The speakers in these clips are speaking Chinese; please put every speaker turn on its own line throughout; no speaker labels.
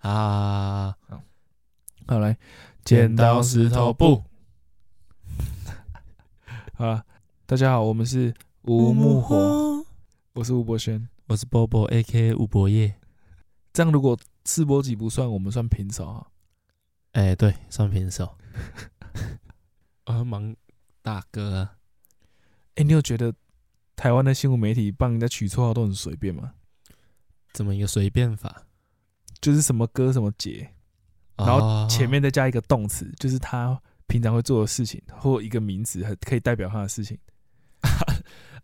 啊，
好来，
剪刀石头布，
好了，大家好，我们是吴木火，，我是吴博轩。
我是 Bobo A K 吴博业，
这样如果四波几不算，我们算平手啊。
哎、对，算平 手，啊，忙大哥啊，
哎、你有觉得台湾的新闻媒体帮人家取绰号都很随便吗？
怎么一个随便法？
就是什么哥什么姐，然
哦
后前面再加一个动词，就是他平常会做的事情，或一个名词，很可以代表他的事情。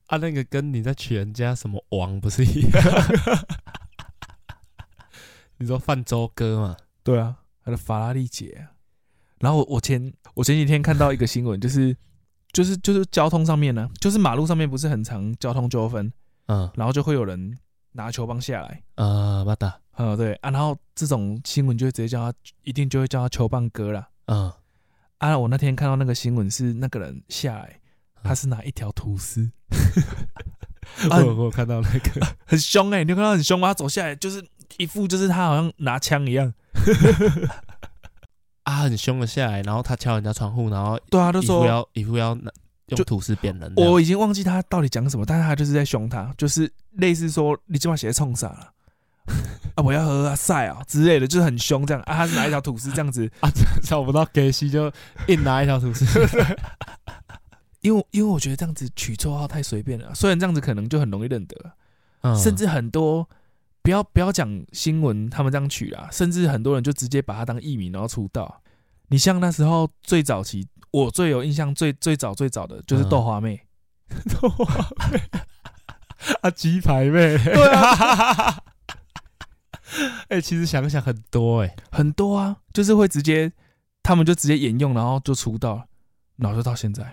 啊，那个跟你在取人家什么王不是一样？ 你说泛舟哥嘛？
对啊，他的法拉利姐啊、然后我我前我前几天看到一个新闻，就是就是就是交通上面呢、就是马路上面不是很常交通纠纷，
嗯
然后就会有人拿球棒下来。
啊，巴达，
呃，对啊，然后这种新闻就会直接叫他，一定就会叫他球棒哥啦。
嗯，
啊，我那天看到那个新闻是那个人下来，他是拿一条吐司，
我有我有看到那个，
很凶哎、你有看到很凶吗？他走下来就是一副就是他好像拿枪一样。
啊，很凶的下来，然后他敲人家窗户，然后
对啊，他就
一副
说
要一副要拿用
就
吐司扁人这样，
我已经忘记他到底讲什么，但是他就是在凶他，就是类似说你这把鞋冲傻了。啊！我要喝啊赛啊之类的，就是很凶这样啊。他是拿一条吐司这样子，
啊，找不到给西就硬拿一条吐司，
因为因为我觉得这样子取绰号太随便了，虽然这样子可能就很容易认得，
嗯
甚 至很多不要不要讲新闻，他们这样取啦，甚至很多人就直接把它当艺名然后出道。你像那时候最早期，我最有印象最最早最早的就是
嗯
豆花妹，
豆花妹啊，鸡排妹，
对
啊， 哎、其实想想很多哎、
很多啊，就是会直接他们就直接沿用，然后就出道了，然后就到现在。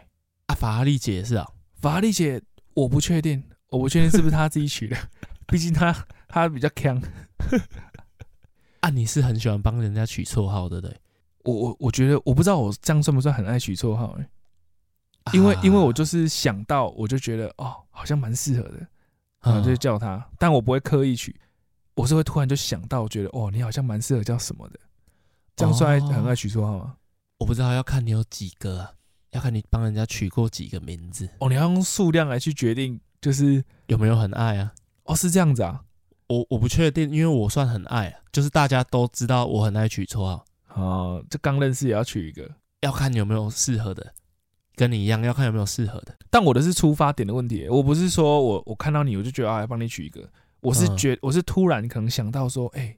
啊，法拉利姐也是啊，
法拉利姐，我不确定，我不确定是不是她自己 取的，毕竟她她比较强。
啊，你是很喜欢帮人家取绰号的，对不对？
我我我觉得我不知道我这样算不算很爱取绰号、欸，
啊
因为、因为我就是想到我就觉得哦，好像蛮适合的，
嗯
然
啊
后就叫他，但我不会刻意取，我是会突然就想到，觉得哦，你好像蛮适合叫什么的，这样算爱很爱取绰号吗？
我不知道要看你有几个啊，要看你帮人家取过几个名字，
哦，你要用数量来去决定，就是
有没有很爱啊？
哦是这样子啊，
我我不确定，因为我算很爱、啊，就是大家都知道我很爱取绰号，
哦，这刚认识也要取一个，
要看有没有适合的，跟你一样，要看有没有适合的。
但我的是出发点的问题欸，我不是说我我看到你我就觉得啊，帮你取一个，我是
嗯
觉、我是突然可能想到说，哎、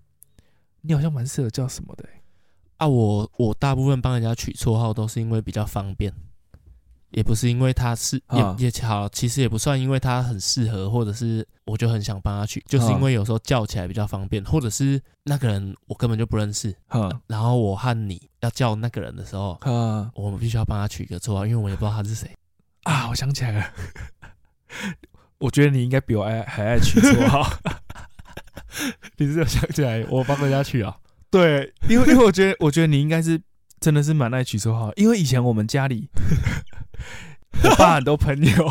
你好像蛮适合叫什么的欸、
啊，我我大部分帮人家取绰号都是因为比较方便，也不是因为他是
啊
也也好，其实也不算因为他很适合，或者是我就很想帮他取，就是因为有时候叫起来比较方便，或者是那个人我根本就不认识，
哈
然后我和你要叫那个人的时候，
啊
我们必须要帮他取一个绰号，因为我们也不知道他是谁。
啊！我想起来了，我觉得你应该比我爱还爱取绰号。
你是有想起来我帮人家取啊？
对，因为因为我觉得，我觉得你应该是真的是蛮爱取绰号，因为以前我们家里，我爸很多朋友，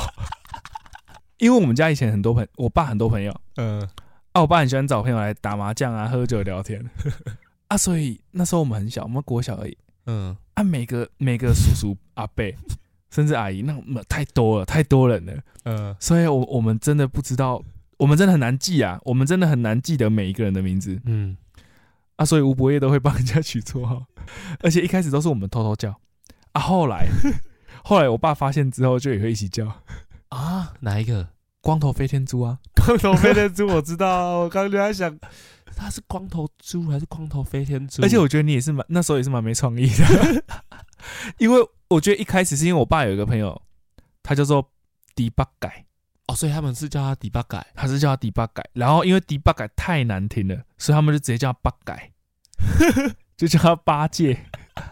因为我们家以前很多朋，我爸很多朋友，
嗯，
啊，我爸很喜欢找朋友来打麻将啊、喝酒聊天， 啊，所以那时候我们很小，我们国小而已，
嗯，
啊，每个每个叔叔阿伯。甚至阿姨，那我们太多了，太多人了，
嗯，
所以我我们真的不知道，我们真的很难记啊，我们真的很难记得每一个人的名字。
嗯，
啊，所以吴伯业都会帮人家取绰号，而且一开始都是我们偷偷叫，啊，后来后来我爸发现之后就也会一起叫
啊，哪一个？
光头飞天猪啊，
光头飞天猪，我知道 啊，我刚刚就在想，他是光头猪还是光头飞天猪？
而且我觉得你也是蛮那时候也是蛮没创意的，因为我觉得一开始是因为我爸有一个朋友，他叫做迪巴改，
哦，所以他们是叫他迪巴改，
他是叫他迪巴改，然后因为迪巴改太难听了，所以他们就直接叫他八改， 就叫他八戒。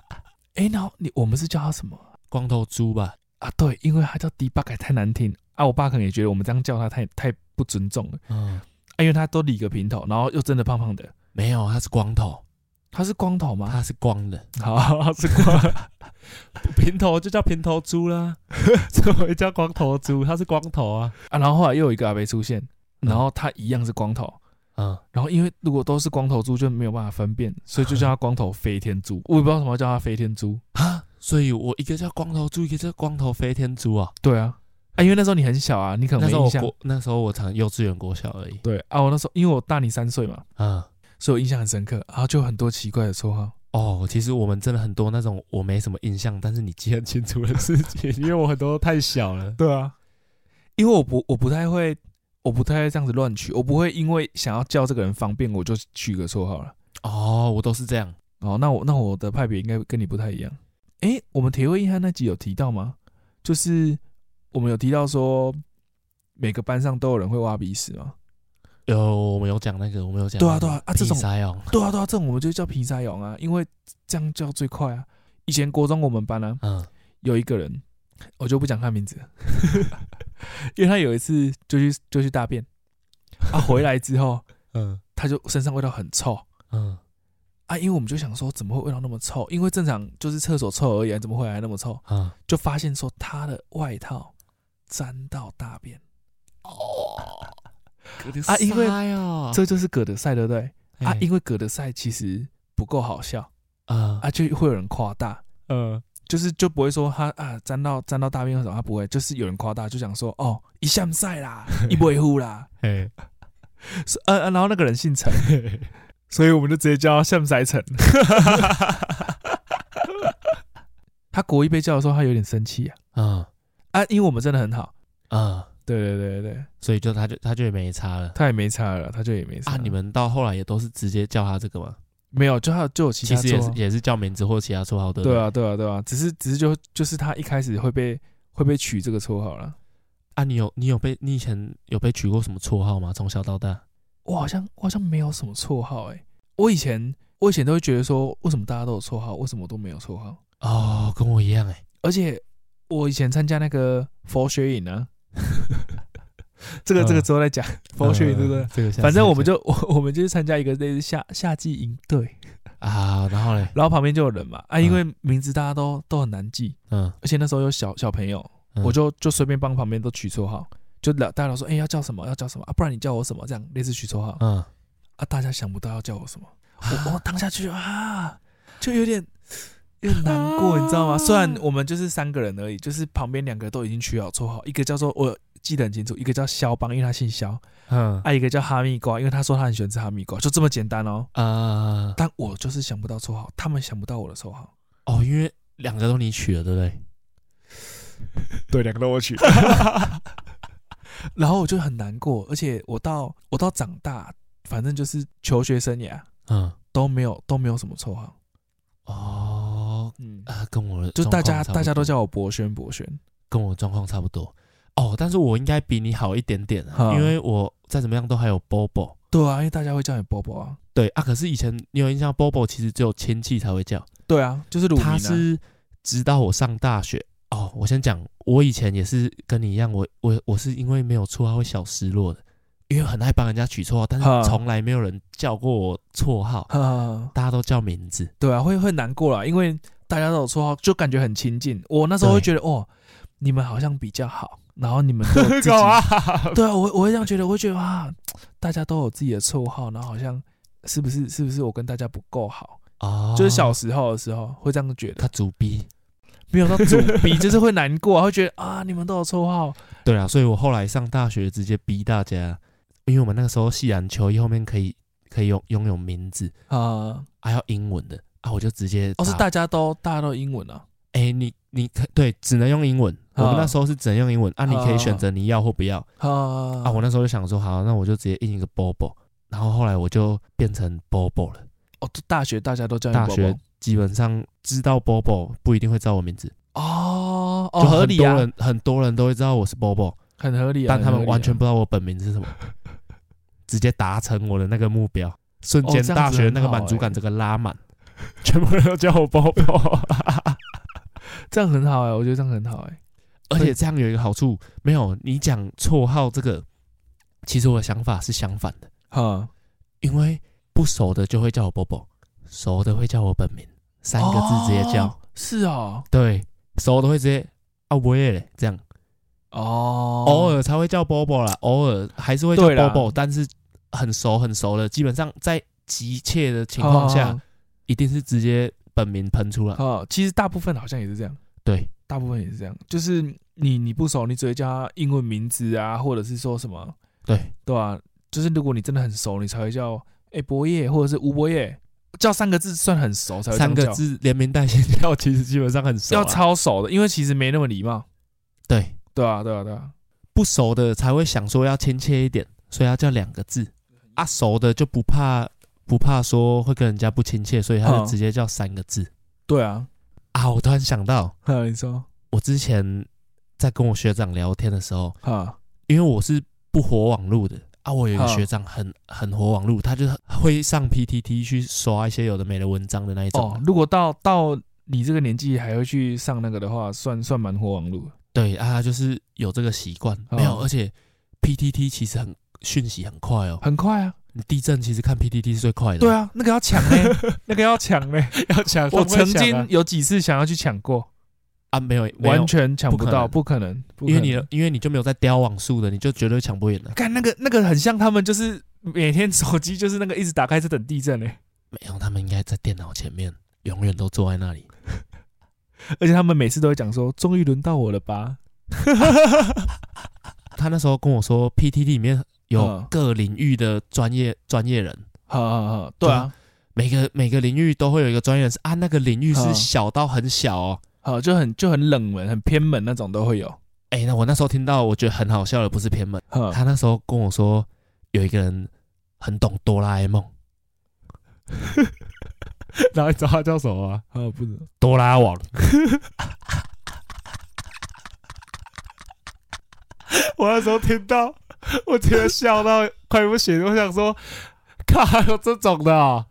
哎、然后你我们是叫他什么啊？
光头猪吧？
啊，对，因为他叫迪巴改太难听啊，我爸可能也觉得我们这样叫他太太不尊重了
嗯，
啊，因为他都理个平头，然后又真的胖胖的，
没有，他是光头，
他是光头 吗？
他是光的，
好，他是光，
平头就叫平头猪 啦，怎么会叫光头猪？他是光头啊，
啊，然后后来又有一个阿伯出现，然后他一样是光头，
嗯，
然后因为如果都是光头猪就没有办法分辨，所以就叫它光头飞天
嗯
猪。我也不知道什么叫它飞天猪。
啊，所以我一个叫光头猪，一个叫光头飞天猪啊。
对啊，啊，因为那时候你很小啊，你可
那
能
时
没
候我
印象。
国那时候我才幼稚园国小而已。
对啊，我那时候因为我大你三岁嘛，
嗯，
所以我印象很深刻。然后就很多奇怪的绰号。
哦，其实我们真的很多那种我没什么印象，但是你记很清楚的事情， 因为我很多太小了。
对啊，因为我不我不太会，我不太会这样子乱取，我不会因为想要叫这个人方便，我就取个绰号了。
哦，我都是这样。
哦，那我那我的派别应该跟你不太一样。诶、我们铁卫硬汉那集有提到吗？就是我们有提到说，每个班上都有人会挖鼻屎吗？
有，我们有讲那个，我们有讲
对啊
那个
对啊啊这种
比赛哦，
对啊，对啊，这种我们就叫皮沙勇啊，因为这样叫最快啊。以前国中我们班啊，
嗯，
有一个人，我就不讲他名字了， 因为他有一次就去就去大便，他、啊、回来之后，
嗯
他就身上味道很臭
嗯
啊，因为我们就想说怎么会味道那么臭？因为正常就是厕所臭而已、啊，怎么会还那么臭？
嗯，
就发现说他的外套沾到大便，
哦，
啊因为
为
这就是葛德赛，对不对？啊，因为葛德赛其实不够好笑
啊
啊，就会有人夸大，
呃
就是就不会说他啊沾到沾到大便或什么，他不会，就是有人夸大，就想说哦一项赛 啦，一维护啦，
嘿，
是呃、呃，然后那个人姓陈， 所以我们就直接叫他项赛陈。 他国一被叫的时候，他有点生气啊
嗯
啊，因为我们真的很好，
嗯，
对对对对对，
所以就他就他就也没差了
他也没差了，他就也没差
啊。
了。
你们到后来也都是直接叫他这个吗？
没有，就他就有其
其
他
实
绰
也是
号
也是叫名字或其他绰号的。
对啊，对啊，对啊，只是只是就就是他一开始会被会被取这个绰号了。
啊，你有你有被你以前有被取过什么绰号吗？从小到大？
我好像我好像没有什么绰号哎、我以前我以前都会觉得说，为什么大家都有绰号，为什么我都没有绰号？
哦，跟我一样哎。
而且我以前参加那个佛学营呢， 这个这个之后再讲佛学营对不对
嗯？这个下次
反正我们
再
就 我我们就去参加一个类似夏夏季营队，
讲啊，然后嘞，
然后旁边就有人嘛啊，因为名字大家都都很难记，
嗯，
而且那时候有小小朋友，
嗯
我就就随便帮旁边都取绰号，就聊大家都说，哎、要叫什么要叫什么啊，不然你叫我什么这样，类似取绰号、
嗯，
啊，大家想不到要叫我 什么，我我当下去啊，就有点有点难过，你知 道吗？虽然我们就是三个人而已，就是旁边两个都已经取好绰号，一个叫做我记得很清楚，一个叫肖邦，因为他姓肖，
嗯
啊，一个叫哈密瓜，因为他说他很喜欢吃哈密瓜，就这么简单哦。
啊
但我就是想不到绰号，他们想不到我的绰号，
哦，因为两个都你取了，对不对？
对，两个都我取。然后我就很难过，而且我到我到长大，反正就是求学生涯
嗯，
都没有都没有什么绰号，
哦
嗯，
啊，跟我的
就大
状
家
况差不多
大家都叫我博轩博轩，
跟我状况差不多。哦，但是我应该比你好一点点啊，
嗯
因为我再怎么样都还有 Bobo。
对啊，因为大家会叫你波波啊，
对啊，可是以前你有印象，Bobo 其实只有亲戚才会叫，
对啊，就是 鲁明、啊，
他是直到我上大学哦。我先讲，我以前也是跟你一样，我我我是因为没有绰号会小失落的，因为很爱帮人家取绰号，但
嗯
是从来没有人叫过我绰号，
哈哈哈
大家都叫名字。
对啊，会会难过啦，因为大家都有绰号，就感觉很亲近。我那时候会觉得，哦，你们好像比较好，然后你们 都有自己，对啊，我会我会这样觉得，我会觉得啊，大家都有自己的绰号，然后好像是不是是不是我跟大家不够好？
哦，
就是小时候的时候会这样觉得，
他主逼。
没有到主鼻， 就是会难过，会觉得啊，你们都有绰号，
对啊，所以我后来上大学直接逼大家，因为我们那个时候系篮球衣后面可以可以拥拥有名字，
啊、
还、要英文的啊，我就直接
哦，是
打
大家都大家都英文啊，
哎、你你可对只能用英文，
啊
我们那时候是只能用英文啊，你可以
啊
选择你要或不要
啊
啊。我那时候就想说，好，那我就直接印一个 Bobo，然后后来我就变成 Bobo 了。
哦，大学大家都叫你
大
宝
学
宝
基本上知道 Bobo 不一定会知道我名字，
哦哦，
就
合
很
理
多
啊，
人很多人都会知道我是 Bobo，
很合理啊，
但他
很合
们
理啊
完全不知道我本名是 什么，直接达成我的那个目标，瞬间
哦这样子
大学那
很
个
好
满足感
欸
这个拉满，欸全部人都叫我 Bobo，
这样很好哎、我觉得这样很好哎、
而且这样有一个好处，没有你讲绰号这个，其实我的想法是相反的，
哈，
因为不熟的就会叫我 Bobo，熟的会叫我本名，三个字直接叫，
哦是哦，
对，熟的会直接啊我也嘞这样，
哦，
偶尔才会叫 Bobo 啦，偶尔还是会叫
对啦
Bobo，但是很熟很熟的，基本上在急切的情况下，
哦
一定是直接本名喷出来。
哦，其实大部分好像也是这样，
对，
大部分也是这样，就是你你不熟，你只会叫他英文名字啊，或者是说什么，
对，
对吧、就是如果你真的很熟，你才会叫哎、博业或者是吴博业，叫三个字算很熟才会这
三
样
个
叫，
字连名带姓 叫，其实基本上很熟、
要
啊。
超熟的，因为其实没那么礼貌，
对，
对啊，对啊，对啊，
不熟的才会想说要亲切一点，所以要叫两个字。
嗯
啊，熟的就不怕不怕说会跟人家不亲切，所以他就
嗯
直接叫三个字。
对啊，
啊，我突然想到，
哈，你说
我之前在跟我学长聊天的时候，
哈，
因为我是不活网路的啊，我有一个
嗯
学长很很活网路，他就是会上 PTT 去刷一些有的没的文章的那一种。
哦，如果到到你这个年纪还会去上那个的话，算算蛮火网路，
对啊，他就是有这个习惯，
嗯
没有，而且 PTT 其实很讯息很快哦，
很快啊，
你地震其实看 PTT 是最快的。
对，啊，那个要抢呢、 那个要抢呢、
要抢
我曾经有几次啊想要去抢过，
啊，没有，没有
完全抢不到，不
不
可能，不可
因为
能
你的因为你就没有在雕网速的，你就绝对抢不赢的。
看那个那个很像他们，就是每天手机就是那个一直打开在等地震呢、
没有，他们应该在电脑前面，永远都坐在那里。
而且他们每次都会讲说，终于轮到我了 吧？
他那时候跟我说，PTT 里面有
嗯
各领域的专业专业人，
好好好，对啊，
每个每个领域都会有一个专业人士啊，那个领域是
嗯
小到很小哦。
好呃就很就很冷门、很偏门那种都会有。呃
哎、那我那时候听到，我觉得很好笑的，不是偏门。
哈，
他那时候跟我说，有一个人很懂哆啦 A 梦，
然后你知道他叫什么 吗？啊，不知道。
哆啦王。
我那时候听到，我觉得笑到快不行，我想说，靠，还有这种的、啊，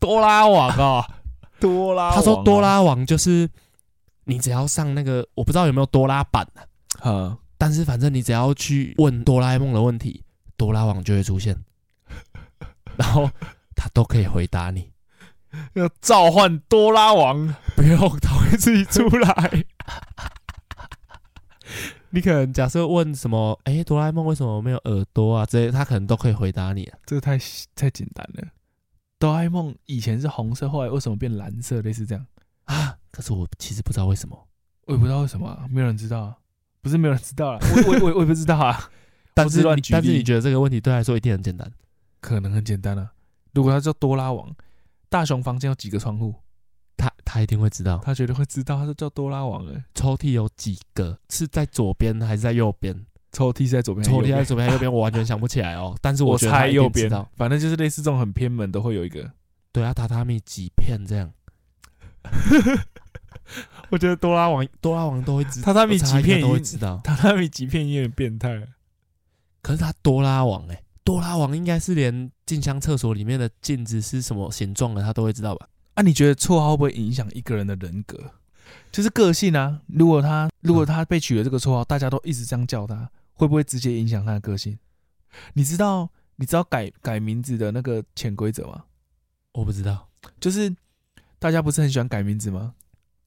多拉网 啊，多拉
他说哆，啦啊王就是你只要上那个，我不知道有没有哆啦版啊，
啊，
但是反正你只要去问哆啦 A 梦的问题，哆啦王就会出现，然后他都可以回答你。
要召唤多拉王，
不用，他会自己出 来。你可能假设问什么，哎、哆啦 A 梦为什么没有耳朵啊？之类的，他可能都可以回答你、啊。
这个太太简单了。哆啦 A 梦以前是红色，后来为什么变蓝色？类似这样，
啊可是我其实不知道为什么，
我也不知道为什么啊、没有人知道啊，不是没有人知道啊，我我我我也不知道啊，
但是
我只乱
你
举例
但是你觉得这个问题对他来说一定很简单？
可能很简单啊。如果他叫多拉王，大雄房间有几个窗户，
他他一定会知道
他绝对会知道，他是叫多拉王哎、欸。
抽屉有几个是在左边还是在右边？
抽屉是在左边还是
抽
右
屉
边，
在左边还是右边？我完全想不起来哦。但是
我
觉得他
猜
一定
右
知
边
道。，
反正就是类似这种很偏门都会有一 个。
对啊，榻榻米几片这样，
我觉得哆啦王
哆啦王都会知道，
榻榻米
我猜他
几片
应该都会
已
知
经
道。
榻榻米几片也有点变态了，
可是他多拉王哎、多拉王应该是连进香厕所里面的镜子是什么形状的，他都会知道吧？
啊，你觉得绰号会不会影响一个人的人格？就是个性啊，如果他如果他被取了这个绰号，大家都一直这样叫他，会不会直接影响他的个性？你知道你知道改改名字的那个潜规则吗？
我不知道，
就是大家不是很喜欢改名字吗？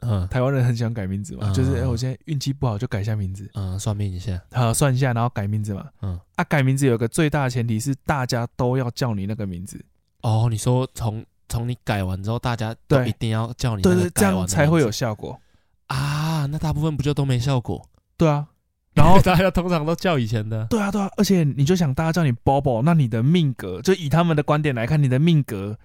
嗯
台湾人很喜欢改名字嘛，
嗯
就是哎、我现在运气不好就改一下名字，
嗯，算命一下，
好呃算一下，然后改名字嘛。
嗯，
啊，改名字有个最大的前提是大家都要叫你那个名字，
哦，你说从从你改完之后，大家都
对
一定要叫你
对
那
对，
个
这
改完
样
的
才会有
名字
效果。
啊？那大部分不就都没效果？
对啊，然后
大家通常都叫以前的，
对啊对啊，而且你就想大家叫你 Bobo，那你的命格就以他们的观点来看，你的命格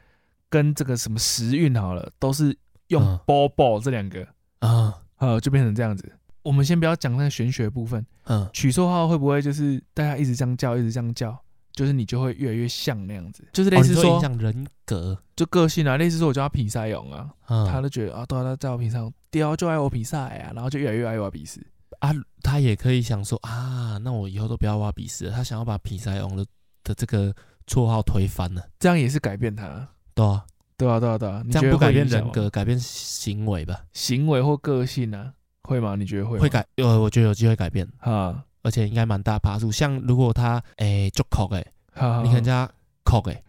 跟这个什么时运好了，都是用
嗯
Bobo 这两个，
嗯
呃，就变成这样子。我们先不要讲那个玄学部分，
嗯，
取绰号会不会就是大家一直这样叫，一直这样叫，就是你就会越来越像那样子，就是类
哦
似
你
说、
影响人格，
就个性啊，类似说我叫他皮塞勇啊，
嗯，
他
他
就觉得啊，对啊，他在我平上雕就爱我比赛啊，然后就越来越爱我比斯。
啊，他也可以想说啊，那我以后都不要挖鼻屎了，他想要把皮塞翁的的这个绰号推翻了，
这样也是改变他，
对啊，
对啊，对啊，对啊，你
这
觉
样
得
不
会
改变
影响
人
吗、
格，改变行为吧？
行为或个性啊，会吗？你觉得会吗？
会改，呃，我觉得有机会改变，
哈，
而且应该蛮大趴数。像如果他诶就口诶，
哈哈，
你看
样，
加口 诶，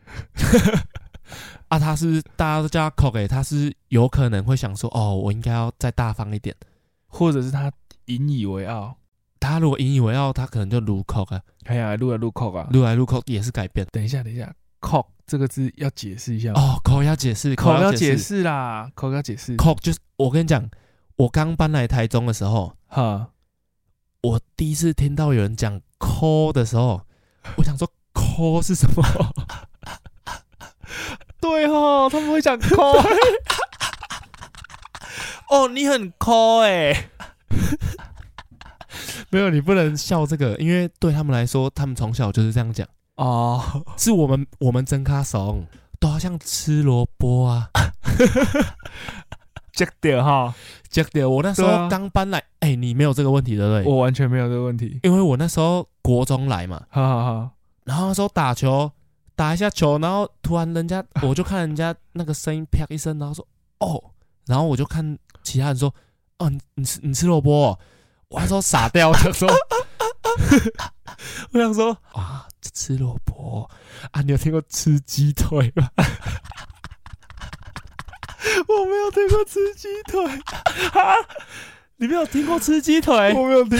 啊，他是大家都叫他口诶，他是有可能会想说，哦，我应该要再大方一点。
或者是他引以为傲，
他如果引以为傲，他可能就撸 cock 啊，
哎呀，录来录 cock 啊，
撸来撸 cock 也是改变。
等一下，等一下，cock 这个字要解释一下吗，
哦，口要解释，
口
要
啊要解
释
释啦，口要解释，
，cock 就是我跟你讲，我刚搬来台中的时候，
哈，
我第一次听到有人讲 call 的时候，我想说 call 是什么？
对哦，他们会讲 call，
哦，你很 call 哎、 没有，你不能笑这个，因为对他们来说，他们从小就是这样讲。
哦，
是我们我们真咖怂，都要像吃萝卜啊。
这点哈，
杰的，我那时
对啊
候刚搬来，哎、你没有这个问题对不对？
我完全没有这个问题，
因为我那时候国中来嘛，
哈哈哈，
然后那时候打球打一下球，然后突然人家我就看人家那个声音啪一声，然后说哦，然后我就看其他人说哦，你你吃你吃萝卜、哦，我那时候傻掉，我想说， 我想说啊，吃萝卜啊，你有听过吃鸡腿吗？
我没有听过吃鸡腿，
你没有听过吃鸡腿？
我没有听 过，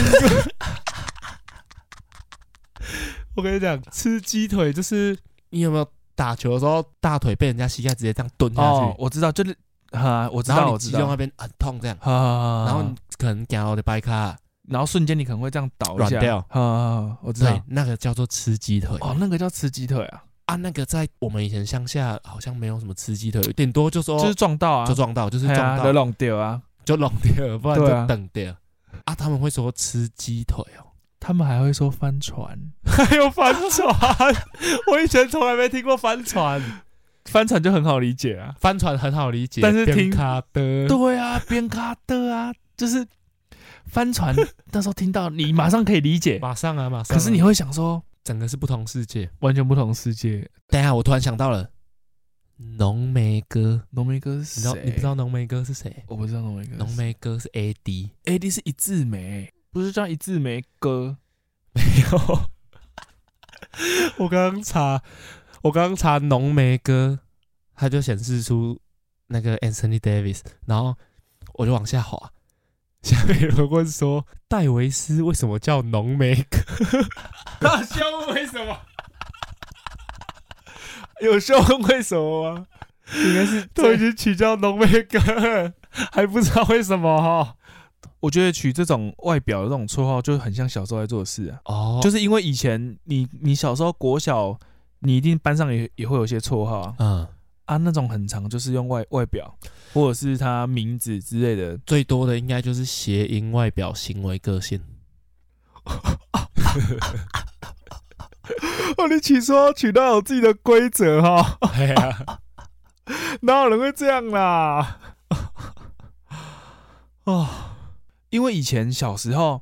我跟你讲，吃鸡腿就是你有没有打球的时候，大腿被人家膝盖直接这样蹲下去，
哦，我知道，就是哈，我知
然
道，
后
我
你
知
肌
道啊
肉，那边很痛这样，
哈，
然后你可能夹我的掰卡，
然后瞬间你可能会这样倒一
软
下，
掉
哈哈，哈我知道
对，，那个叫做吃鸡腿
哦，那个叫吃鸡腿啊，
啊，那个在我们以前乡下好像没有什么吃鸡腿，顶多就说
就是撞到啊，
哦就撞到，就是
嘿
撞
啊就
到
弄掉啊，
就弄掉，不然
对啊
就等掉啊，他们会说吃鸡腿哦，
他们还会说翻 船，
还有帆 船，我以前从来没听过帆船，
翻船就很好理解啊。
帆船很好理解，
但是听
卡的
对啊，边嘎的啊，就是翻船那时候听到你马上可以理解，
马上啊马上啊，
可是你会想说
整个是不同世界。
完全不同世界。
等一下，我突然想到了，浓眉哥，
浓眉哥是
你知道
谁
你不知？道浓眉哥是谁？
我不知道浓眉哥。
浓眉哥是 AD，
AD 是一字眉，不是叫一字眉哥。
没有。我刚刚查，我刚刚查浓眉哥，他就显示出那个 Anthony Davis，然后我就往下滑，下面有人问说戴维斯为什么叫浓眉哥？
大啊笑为什么？ 有笑为什么吗？应该是
都已经取叫浓眉哥了，还不知道为什么哈？
我觉得取这种外表的这种绰号，就很像小时候在做的事啊。
哦，
就是因为以前你你小时候国小，你一定班上也也会有一些绰号啊
嗯，
啊，那种很长就是用外外表或者是他名字之类的。
最多的应该就是谐音、外表、行为、个性。
哦，你取绰号取到有自己的规则 哈，
哎呀，
哪有哦人会这样啦？啊、
哦
因为以前小时候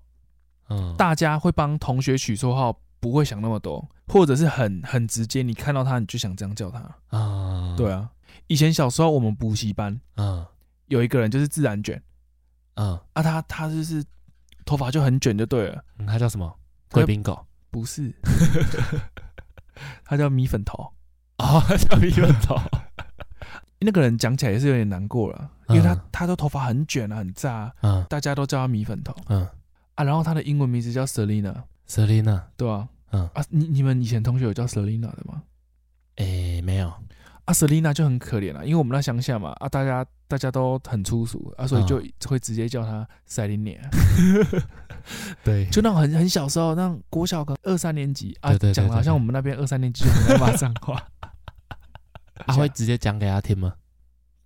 嗯，
大家会帮同学取绰号，不会想那么多，或者是很很直接，你看到他你就想这样叫他。
啊，
对啊，以前小时候我们补习班
嗯，
有一个人就是自然卷。
嗯
啊他，他就是头发就很卷就对了，
嗯，他叫什么？
他叫
贵宾狗
不是， 他叫米粉头。
哦，他叫米粉头。
那个人讲起来也是有点难过了，因为他、
嗯
他都头发很卷啊，很炸啊、
嗯
大家都叫他米粉头
嗯
啊。然后他的英文名字叫 Selina，
，Selina，
对吧、啊？
嗯
你你们以前同学有叫 Selina 的吗？
哎，没有，
啊，Selina 就很可怜了、因为我们那乡下嘛，啊，大家大家都很粗俗啊，所以
嗯
就会直接叫他塞琳娜，
对
就那种很很小时候，那种国小可能二三年级啊
对，对对
讲的好
对
像
对
我们那边二三年级就很爱骂脏话，
他会直接讲给他听吗？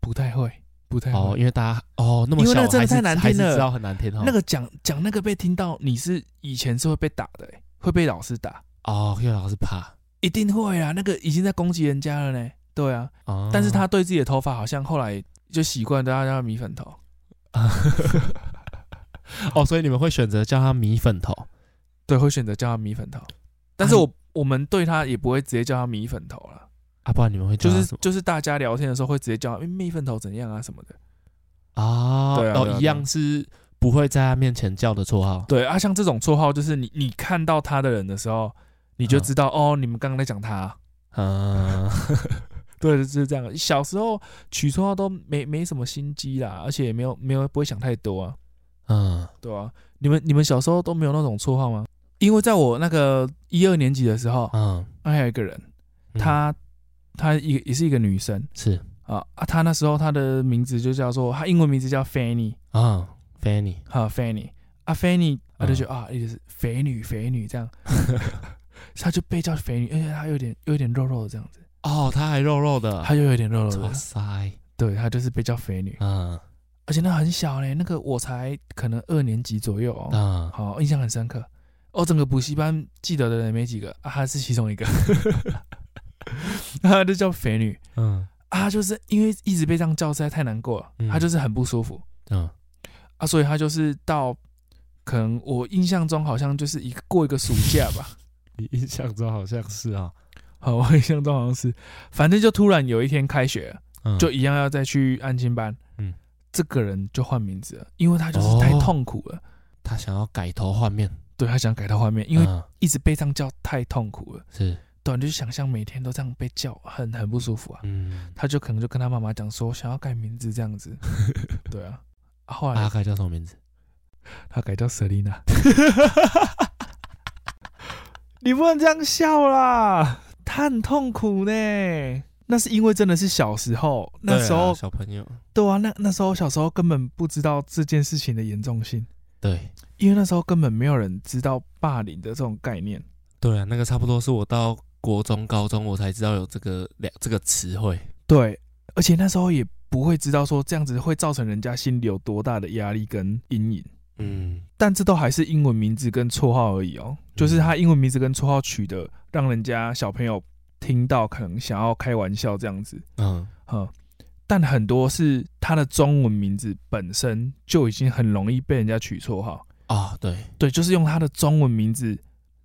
不太会，不太会。
哦，因为大家哦那么
因为
小
那真的
还是
太难
还是
听了
知道很难听哦。
那个讲讲那个被听到，你是以前是会被打的、欸，会被老师打，
哦，因为老师怕
一定会啊。那个已经在攻击人家了呢，对啊。
哦，
但是他对自己的头发好像后来就习惯大家叫他米粉头，
哦，所以你们会选择叫他米粉头
对，会选择叫他米粉头。但是我、我们对他也不会直接叫他米粉头了，
啊？不然你们会叫
就
他
是
什么
就是大家聊天的时候会直接叫他、欸、米粉头怎样啊什么的。
啊？
对啊对啊
哦，一
对啊
样是不会在他面前叫的绰 号。
对啊，像这种绰号，就是你你看到他的人的时候，你就知道、哦，你们刚刚在讲他、
嗯，
对，就是这样。小时候取绰号都没没什么心机啦，而且也没有没有不会想太多啊。
嗯
对啊，你们你们小时候都没有那种绰号吗？因为在我那个一二年级的时候，
嗯，
还有一个人，
嗯
她她一个也是一个女生
是
啊啊，她那时候她的名字就叫做她英文名字叫 Fanny
嗯 Fanny，
啊 Fanny 啊 Fanny，她就
嗯
觉得、啊，一直是肥女肥女这样，她就被叫肥女，而且她有点有点肉肉的这样子，
哦，他还肉肉的，
她就有点肉肉的
哇，塞，
对她就是被叫肥女，
嗯
而且那很小嘞，那个我才可能二年级左右哦，
嗯，
好，印象很深刻。哦，整个补习班记得的人没几个啊，她是其中一个， 她就叫肥女
嗯
啊，就是因为一直被这样叫，实在太难过了，
嗯
她就是很不舒服
嗯
啊，所以她就是到可能我印象中好像就是一个过一个暑假吧，
你 印象中好像是啊，
好，我印象中好像是，反正就突然有一天开学了，
嗯
就一样要再去安亲班，
嗯，
这个人就换名字了，因为他就是太
哦
痛苦了，
他想要改头换面，
对他想改头换面，因为
嗯
一直被这样叫太痛苦了。
是
对，你就想象每天都这样被叫，很很不舒服啊。
嗯，
他就可能就跟他妈妈讲说，想要改名字这样 子。对啊，啊后
大
来
概叫什么名字？
他改叫 Selina。你不能这样笑啦，他很痛苦呢。那是因为真的是小时候，那时
对
候
啊小朋友，
对啊，那那时候小时候根本不知道这件事情的严重性，
对
因为那时候根本没有人知道霸凌的这种概念。
对啊，那个差不多是我到国中、高中我才知道有这个两这个词汇，
对，而且那时候也不会知道说这样子会造成人家心里有多大的压力跟阴影。
嗯
但这都还是英文名字跟绰号而已哦，就是他英文名字跟绰号取的，让人家小朋友听到可能想要开玩笑这样子，
嗯
嗯。但很多是他的中文名字本身就已经很容易被人家取绰号，
啊，对
对，就是用他的中文名字，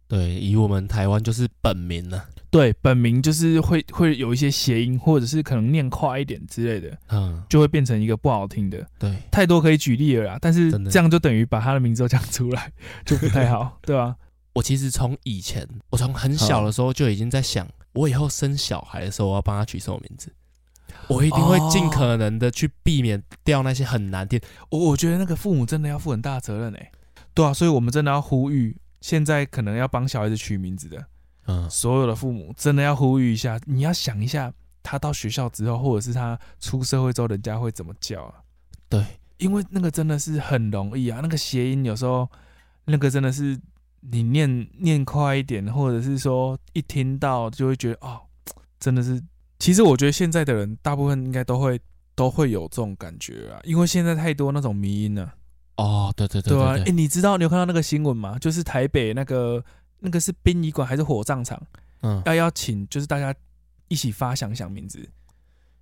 对，以我们台湾就是本名啊呢、
对，本名就是会会有一些谐音，或者是可能念快一点之类的，
嗯，
就会变成一个不好听的。
对，
太多可以举例了啦，但是
真的
这样就等于把他的名字都讲出来，就不太好，对吧、
我其实从以前，我从很小的时候就已经在想，我以后生小孩的时候，我要帮他取什么名字。我一定会尽可能的去避免掉那些很难听。
我我觉得那个父母真的要负很大的责任哎、对啊，所以我们真的要呼吁，现在可能要帮小孩子取名字的
嗯，
所有的父母，真的要呼吁一下，你要想一下，他到学校之后，或者是他出社会之后，人家会怎么叫啊？
对，
因为那个真的是很容易啊，那个谐音有时候，那个真的是你念念快一点，或者是说一听到就会觉得哦，真的是。其实我觉得现在的人大部分应该都会都会有这种感觉啊，因为现在太多那种迷音了、
哦，对对对
对啊，
对
哎、你知道你有看到那个新闻吗？就是台北那个那个是殡仪馆还是火葬场，
嗯，
要邀请就是大家一起发想想名字。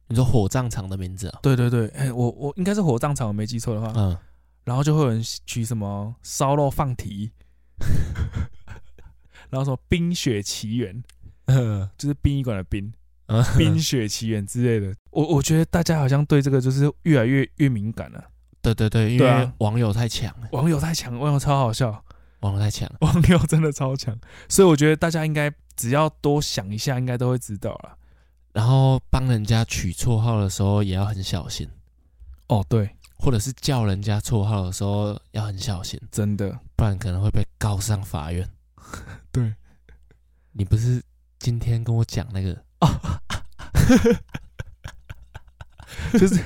你说火葬场的名字啊？
对对对，哎、我我应该是火葬场，我没记错的话。
嗯，
然后就会有人取什么烧肉放题， 然后什么冰雪奇缘，
嗯
就是殡仪馆的 冰，
嗯
冰雪奇缘之类的。我我觉得大家好像对这个就是越来越越敏感了、
对对对，因
对
为
啊
网友太强了，
网友太强，网友超好笑。
网友太强了。
网友真的超强，所以我觉得大家应该只要多想一下，应该都会知道了。
然后帮人家取绰号的时候也要很小心，
哦，对，
或者是叫人家绰号的时候要很小心，
真的，
不然可能会被告上法院。
对，
你不是今天跟我讲那个？
就是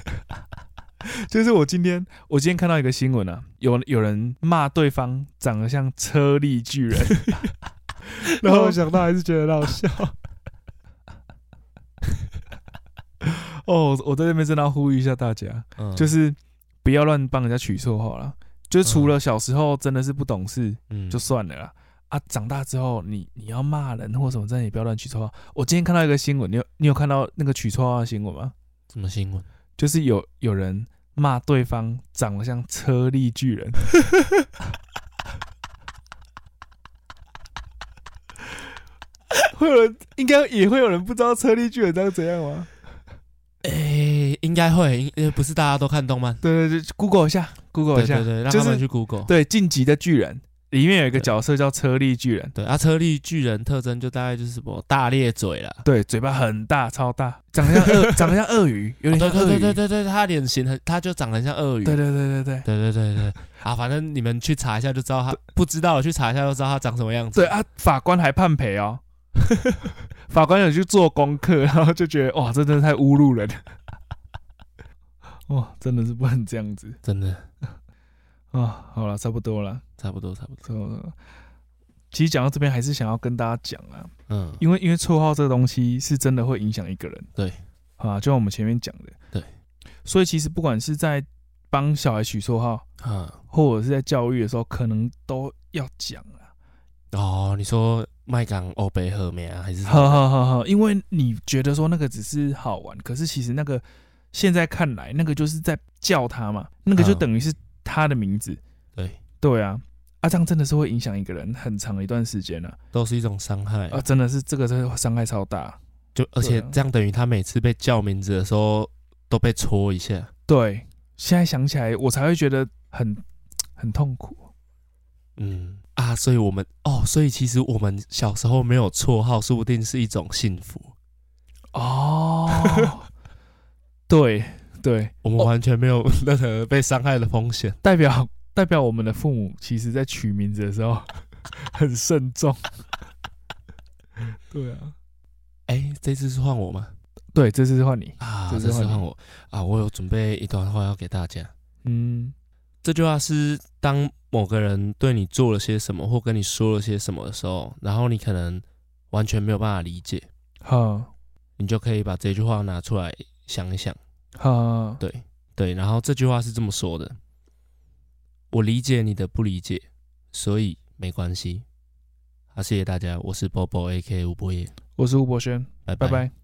就是我今天我今天看到一个新闻啊，有有人骂对方长得像车力巨 人，然后我想到还是觉得很好笑。 哦，我在这边真的要呼吁一下大家，
嗯，
就是不要乱帮人家取绰号了。就是除了小时候真的是不懂事，
嗯
就算了啦。啊，长大之后你你要骂人或什么，真的也不要乱取绰号。我今天看到一个新闻，你有你有看到那个取绰号的新闻吗？
什么新闻？
就是有有人骂对方长得像车力巨人， 会有人应该也会有人不知道车力巨人长怎样吗？
诶、应该会，因为不是大家都看动漫，
对对对，Google 一下，Google
对
一下，
对对，让
就
他们
是
去 Google，
对晋级的巨人里面有一个角色叫车力巨人，
对，阿啊车力巨人特征就大概就是什么大咧嘴啦，
对，嘴巴很大，超大，长得像 鳄，长得像鳄鱼，有
对
点
对
像鳄鱼。
对对对对，他脸型很，他就长得很像鳄鱼，
哦对对对对对
对对对对啊，反正你们去查一下就知道他，不知道的去查一下就知道他长什么样子。
对啊！法官还判赔哦， 法官有去做功课，然后就觉得哇，这真的太侮辱人 了，哇，真的是不能这样子
真的
啊、好了，差不多了，
差不多差不多。
差不多了。其实讲到这边，还是想要跟大家讲啊，
嗯，
因为因为绰号这个东西是真的会影响一个人，
对
啊，就像我们前面讲的，
对，
所以其实不管是在帮小孩取绰号，
啊，
或者是在教育的时候，可能都要讲啊。
哦，你说麦港欧北赫面啊，还是什
好
么？
好好好，因为你觉得说那个只是好玩，可是其实那个现在看来，那个就是在叫他嘛，那个就
嗯
等于是他的名字。
对，
对啊，啊，这样真的是会影响一个人很长一段时间啊，
都是一种伤害
啊，真的是这个真的伤害超大。
就而且
对啊
这样等于他每次被叫名字的时候都被戳一下。
对，现在想起来我才会觉得很很痛苦。
嗯啊，所以我们哦，所以其实我们小时候没有绰号，说不定是一种幸福。
哦，对对，
我们
哦
完全没有 任何被伤害的风险。
代表代表我们的父母其实在取名字的时候很慎重。对啊，
哎、这次是换我吗？
对，这次是换你。
啊，
这
这
次
次
换你
换我啊！我有准备一段话要给大家。
嗯，
这句话是当某个人对你做了些什么，或跟你说了些什么的时候，然后你可能完全没有办法理解，
好，
你就可以把这句话拿出来想一想。
好，
对对，然后这句话是这么说的：我理解你的不理解，所以没啊关系。好、谢谢大家，我是 Bobo A K 吴博业，
我是吴博轩，
拜
拜
拜
拜。